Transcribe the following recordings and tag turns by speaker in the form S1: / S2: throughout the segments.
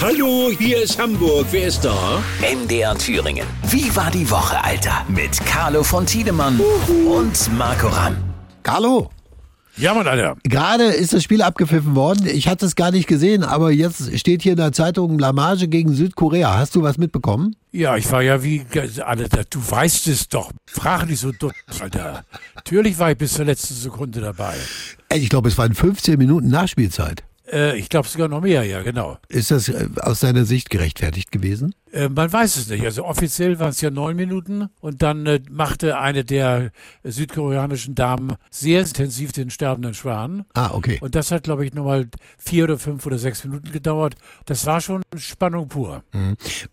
S1: Hallo, hier ist Hamburg. Wer ist da?
S2: MDR Thüringen. Wie war die Woche, Alter? Mit Carlo von Tiedemann und Marco Ramm.
S3: Carlo,
S4: Ja, Mann, Alter.
S3: gerade ist das Spiel abgepfiffen worden. Ich hatte es gar nicht gesehen, aber jetzt steht hier in der Zeitung Blamage gegen Südkorea. Hast du was mitbekommen?
S4: Ja, ich war ja wie, Alter, du weißt es doch. Frag nicht so dumm, Alter. Natürlich war ich bis zur letzten Sekunde dabei.
S3: Ey, Ich glaube, es waren 15 Minuten Nachspielzeit.
S4: Äh, ich glaube sogar noch mehr, ja, genau.
S3: Ist das äh, aus deiner Sicht gerechtfertigt gewesen?
S4: Äh, man weiß es nicht. Also offiziell waren es ja neun Minuten und dann äh, machte eine der südkoreanischen Damen sehr intensiv den sterbenden Schwan.
S3: Ah, okay.
S4: Und das hat, glaube ich, nochmal vier oder fünf oder sechs Minuten gedauert. Das war schon Spannung pur.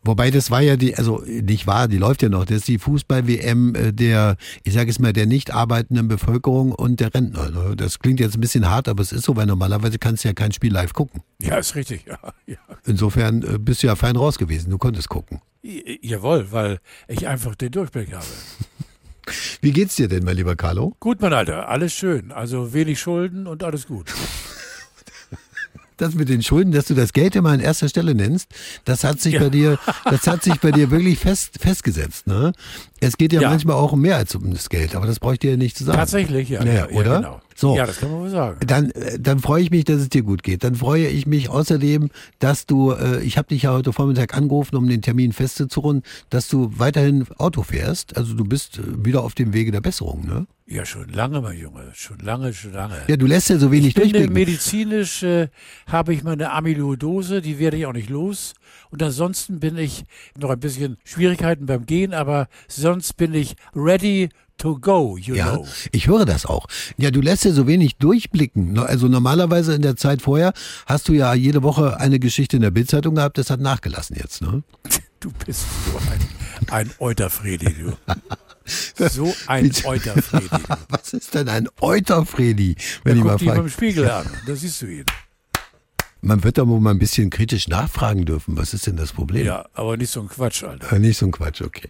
S3: Wobei das war ja die, also nicht wahr, die läuft ja noch. Das ist die Fußball-WM äh, der, ich sage es mal, der nicht arbeitenden Bevölkerung und der Rentner. ne? Das klingt jetzt ein bisschen hart, aber es ist so, weil normalerweise kannst du ja kein Spiel live gucken.
S4: Ja, ist richtig. Ja, ja.
S3: Insofern äh, bist du ja fein raus gewesen, du konntest gucken.
S4: J jawohl, weil ich einfach den Durchblick habe.
S3: Wie geht's dir denn, mein lieber Carlo?
S4: Gut, mein Alter, alles schön. Also wenig Schulden und alles gut.
S3: Das mit den Schulden, dass du das Geld immer an erster Stelle nennst, das hat sich
S4: Ja.
S3: bei dir, das hat sich bei dir wirklich fest, festgesetzt, ne? Es geht ja,
S4: Ja.
S3: manchmal auch um mehr als um das Geld, aber das brauche ich dir ja nicht zu sagen.
S4: Tatsächlich, ja.
S3: Naja,
S4: ja,
S3: oder?
S4: Ja, genau.
S3: So.
S4: ja, das kann man wohl sagen.
S3: Dann, äh, dann freue ich mich, dass es dir gut geht. Dann freue ich mich außerdem, dass du, äh, ich habe dich ja heute Vormittag angerufen, um den Termin festzurunden, dass du weiterhin Auto fährst. Also du bist äh, wieder auf dem Wege der Besserung, ne?
S4: Ja, schon lange, mein Junge. Schon lange, schon lange.
S3: Ja, du lässt ja so wenig
S4: ich bin äh,
S3: durchblicken.
S4: medizinisch, äh, habe ich meine Amyloidose, die werde ich auch nicht los. Und ansonsten bin ich noch ein bisschen Schwierigkeiten beim Gehen, aber sonst bin ich ready to go, you
S3: Ja,
S4: know.
S3: ich höre das auch. Ja, du lässt ja so wenig durchblicken. No- Also normalerweise in der Zeit vorher hast du ja jede Woche eine Geschichte in der Bildzeitung gehabt, das hat nachgelassen jetzt, ne?
S4: Du bist so ein, ein Euterfredi, du. So ein Euterfredi. du.
S3: Was ist denn ein Euterfredi, wenn ich mal
S4: Guck dich
S3: frage?
S4: beim Spiegel an, da siehst du ihn.
S3: Man wird da wohl mal ein bisschen kritisch nachfragen dürfen. Was ist denn das Problem?
S4: Ja, aber nicht so ein Quatsch, Alter.
S3: Äh, Nicht so ein Quatsch, okay.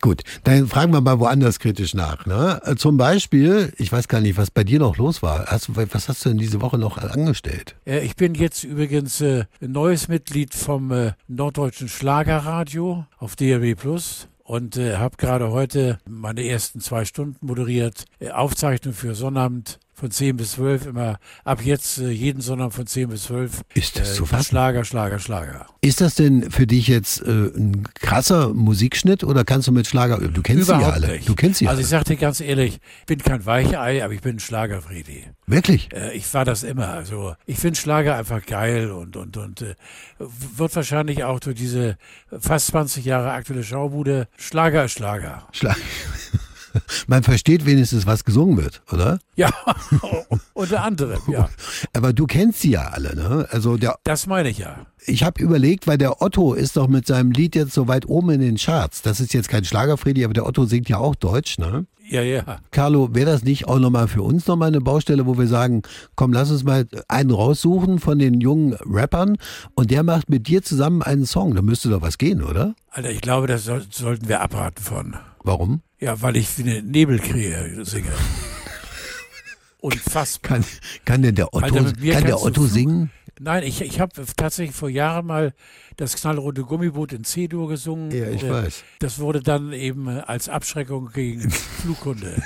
S3: Gut, dann fragen wir mal woanders kritisch nach. Ne? Äh, Zum Beispiel, ich weiß gar nicht, was bei dir noch los war. Hast, du- was hast du denn diese Woche noch angestellt?
S4: Äh, Ich bin jetzt übrigens äh, ein neues Mitglied vom äh, Norddeutschen Schlagerradio auf DRB Plus und äh, habe gerade heute meine ersten zwei Stunden moderiert. Äh, Aufzeichnung für Sonnabend von 10 bis 12, immer ab jetzt äh, jeden Sonnabend von 10 bis 12.
S3: Ist das zu fassen?
S4: Schlager, Schlager, Schlager.
S3: Ist das denn für dich jetzt äh, ein krasser Musikschnitt oder kannst du mit Schlager? äh, Du kennst sie ja
S4: Überhaupt
S3: alle.
S4: nicht.
S3: Du kennst sie
S4: Also ich
S3: alle.
S4: sag dir ganz ehrlich, ich bin kein Weichei, aber ich bin ein Schlagerfriedi.
S3: Wirklich?
S4: Äh, ich war das immer. Also ich finde Schlager einfach geil und und und äh, w- wird wahrscheinlich auch durch diese fast 20 Jahre aktuelle Schaubude Schlager ist Schlager.
S3: Schla Man versteht wenigstens, was gesungen wird, oder?
S4: Ja, unter anderem. Ja,
S3: Aber du kennst sie ja alle, ne? Also der
S4: das meine ich ja.
S3: Ich habe überlegt, weil der Otto ist doch mit seinem Lied jetzt so weit oben in den Charts. Das ist jetzt kein Schlagerfredi, aber der Otto singt ja auch Deutsch, ne?
S4: Ja, ja.
S3: Carlo, wäre das nicht auch nochmal für uns nochmal eine Baustelle, wo wir sagen, komm, lass uns mal einen raussuchen von den jungen Rappern und der macht mit dir zusammen einen Song. Da müsste doch was gehen, oder?
S4: Alter, ich glaube, das soll, sollten wir abraten von.
S3: Warum?
S4: Ja, weil ich wie eine Nebelkrähe singe. Unfassbar.
S3: Kann, kann denn der Otto,
S4: Alter, mit mir
S3: kann der
S4: kannst du
S3: Otto
S4: fluchen.
S3: singen?
S4: Nein, ich, ich habe tatsächlich vor Jahren mal das knallrote Gummiboot in C-Dur gesungen.
S3: Ja, ich
S4: Äh,
S3: weiß.
S4: Das wurde dann eben äh, als Abschreckung gegen Flugkunde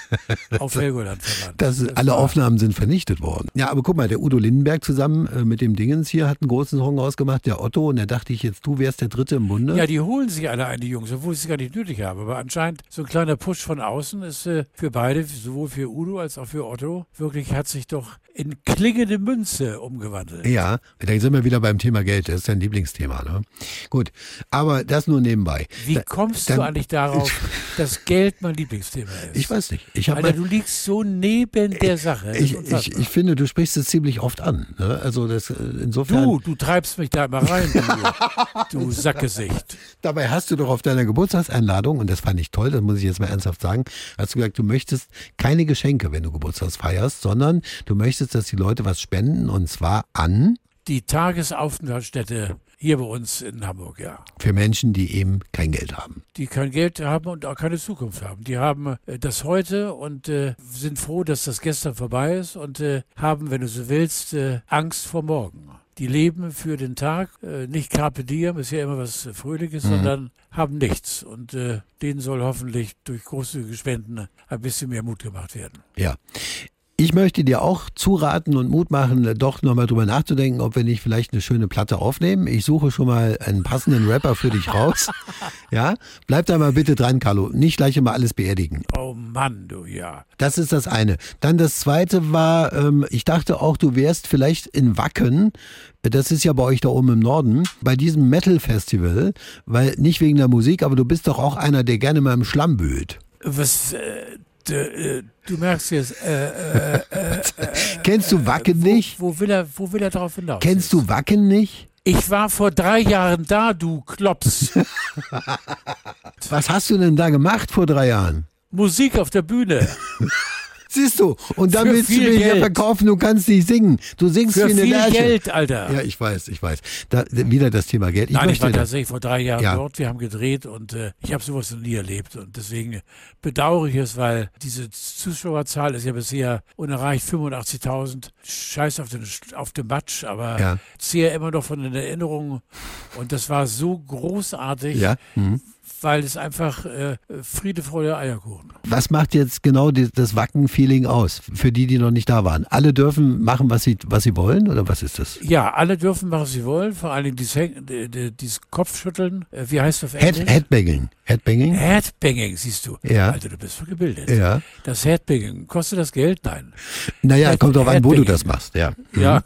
S4: auf Helgoland verwandt.
S3: Das, alle Aufnahmen sind vernichtet worden. Ja, aber guck mal, der Udo Lindenberg zusammen äh, mit dem Dingens hier hat einen großen Song rausgemacht, der Otto, und da dachte ich jetzt, du wärst der Dritte im Bunde.
S4: ja, die holen sich alle ein, die Jungs, obwohl ich es gar nicht nötig habe. Aber anscheinend so ein kleiner Push von außen ist äh, für beide, sowohl für Udo als auch für Otto, wirklich hat sich doch in klingende Münze umgewandelt.
S3: Ja, da sind wir wieder beim Thema Geld. Das ist dein Lieblingsthema, ne? Gut, aber das nur nebenbei.
S4: Wie
S3: Da-
S4: kommst
S3: dann-
S4: du eigentlich darauf, dass Geld mein Lieblingsthema ist?
S3: Ich weiß nicht. Ich, hab
S4: Alter,
S3: mal-
S4: du liegst so neben der Sache. Das ist
S3: ich,
S4: unfassbar.
S3: ich, ich finde, du sprichst es ziemlich oft an. Ne? Also das äh, insofern.
S4: Du, du treibst mich da immer rein, du, du Sackgesicht.
S3: Dabei hast du doch auf deiner Geburtstagseinladung und das fand ich toll. Das muss ich jetzt mal ernsthaft sagen. Hast du gesagt, du möchtest keine Geschenke, wenn du Geburtstag feierst, sondern du möchtest, dass die Leute was spenden und zwar an
S4: Die Tagesaufenthaltsstätte hier bei uns in Hamburg, ja.
S3: für Menschen, die eben kein Geld haben.
S4: Die kein Geld haben und auch keine Zukunft haben. Die haben äh, das heute und äh, sind froh, dass das gestern vorbei ist und äh, haben, wenn du so willst, äh, Angst vor morgen. die leben für den Tag. Äh, nicht Carpe Diem, ist ja immer was Fröhliches, sondern haben nichts. Und äh, denen soll hoffentlich durch großzügige Spenden ein bisschen mehr Mut gemacht werden.
S3: Ja. Ich möchte dir auch zuraten und Mut machen, doch nochmal drüber nachzudenken, ob wir nicht vielleicht eine schöne Platte aufnehmen. Ich suche schon mal einen passenden Rapper für dich raus. Ja, bleib da mal bitte dran, Carlo. Nicht gleich immer alles beerdigen.
S4: Oh Mann, du ja.
S3: Das ist das eine. Dann das zweite war, ähm, ich dachte auch, du wärst vielleicht in Wacken. Das ist ja bei euch da oben im Norden, bei diesem Metal Festival, weil nicht wegen der Musik, aber du bist doch auch einer, der gerne mal im Schlamm wühlt.
S4: Was, äh, d, äh, du merkst jetzt, äh, äh,
S3: Kennst du Wacken nicht?
S4: wo will er, wo will er drauf hinaus?
S3: Kennst du Wacken nicht?
S4: Ich war vor drei Jahren da, du Klops.
S3: Was hast du denn da gemacht vor drei Jahren?
S4: Musik auf der Bühne.
S3: Siehst du, und dann
S4: Für
S3: willst du
S4: viel
S3: mir hier
S4: Geld.
S3: verkaufen, du kannst nicht singen. Du singst
S4: Für
S3: wie eine
S4: viel
S3: Lerche.
S4: Geld, Alter.
S3: Ja, ich weiß, ich weiß. Da, wieder das Thema Geld. Ich
S4: Nein, ich
S3: möchte
S4: war
S3: das.
S4: tatsächlich vor drei Jahren
S3: Ja.
S4: dort. Wir haben gedreht und äh, ich habe sowas noch nie erlebt. Und deswegen bedauere ich es, weil diese Zuschauerzahl ist ja bisher unerreicht 85.000. Scheiß auf den, auf den Matsch, aber
S3: Ja.
S4: ziehe immer noch von den Erinnerungen. Und das war so großartig,
S3: Ja, mhm.
S4: weil es einfach äh, Friede, Freude, Eierkuchen.
S3: Was macht jetzt genau die, das Wacken-Feeling aus? Für die, die noch nicht da waren. Alle dürfen machen, was sie, was sie wollen, oder was ist das?
S4: Ja, alle dürfen machen, was sie wollen. Vor allen Dingen dieses, Häng- äh, äh, dieses Kopfschütteln. Äh, wie heißt das auf
S3: Head,
S4: Englisch?
S3: Headbanging. Headbanging?
S4: Headbanging, siehst du.
S3: Ja.
S4: Alter, du bist so gebildet.
S3: Ja.
S4: Das Headbanging, kostet das Geld? Nein.
S3: Naja,
S4: Head-
S3: kommt drauf an, wo du
S4: Headbanging.
S3: das machst. Ja. Mhm.
S4: Ja.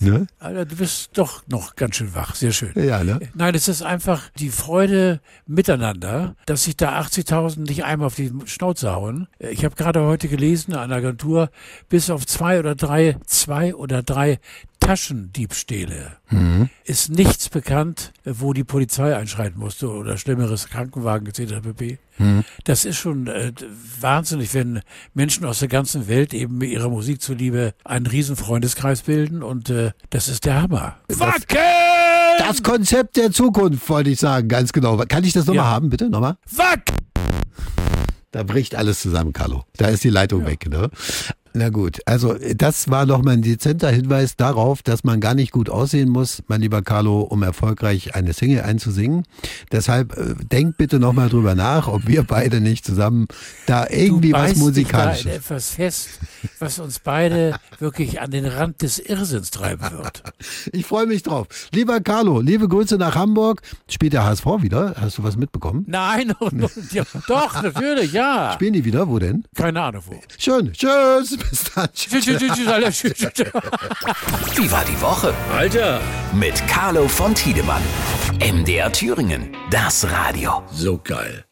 S3: Ne?
S4: Alter, du bist doch noch ganz schön wach. Sehr schön.
S3: Ja, ne?
S4: Nein, es ist einfach die Freude miteinander, dass sich da 80.000 nicht einmal auf die Schnauze hauen. Äh, Ich habe gerade heute gelesen, an der Agentur, bis auf zwei oder drei, zwei oder drei Taschendiebstähle ist nichts bekannt, äh, wo die Polizei einschreiten musste oder schlimmeres Krankenwagen etc. pp. Das ist schon äh, d- wahnsinnig, wenn Menschen aus der ganzen Welt eben ihrer Musik zuliebe einen riesen Freundeskreis bilden und äh, das ist der Hammer. Wacken!
S3: Das Konzept der Zukunft, wollte ich sagen, ganz genau. Kann ich das nochmal
S4: Ja.
S3: haben, bitte? Nochmal?
S4: Wack!
S3: Da bricht alles zusammen, Carlo. Da ist die Leitung weg, ne? Na gut, also äh, das war doch mal ein dezenter Hinweis darauf, dass man gar nicht gut aussehen muss, mein lieber Carlo, um erfolgreich eine Single einzusingen. Deshalb äh, denkt bitte nochmal drüber nach, ob wir beide nicht zusammen da irgendwie
S4: du
S3: was
S4: beißt Dich da in
S3: Musikalisches.
S4: etwas fest, was uns beide wirklich an den Rand des Irrsinns treiben wird.
S3: Ich freue mich drauf. Lieber Carlo, liebe Grüße nach Hamburg. Spielt der HSV wieder? Hast du was mitbekommen?
S4: Nein, und, und, ja, doch, natürlich, ja.
S3: Spielen die wieder? Wo denn?
S4: Keine Ahnung wo.
S3: Schön. Tschüss. Bis dann. Tschüss.
S4: Tschüss, tschüss, tschüss, tschüss, Alter, tschüss, tschüss, tschüss.
S2: Wie war die Woche?
S1: Alter,
S2: Mit Carlo von Tiedemann. MDR Thüringen. Das Radio.
S1: so geil.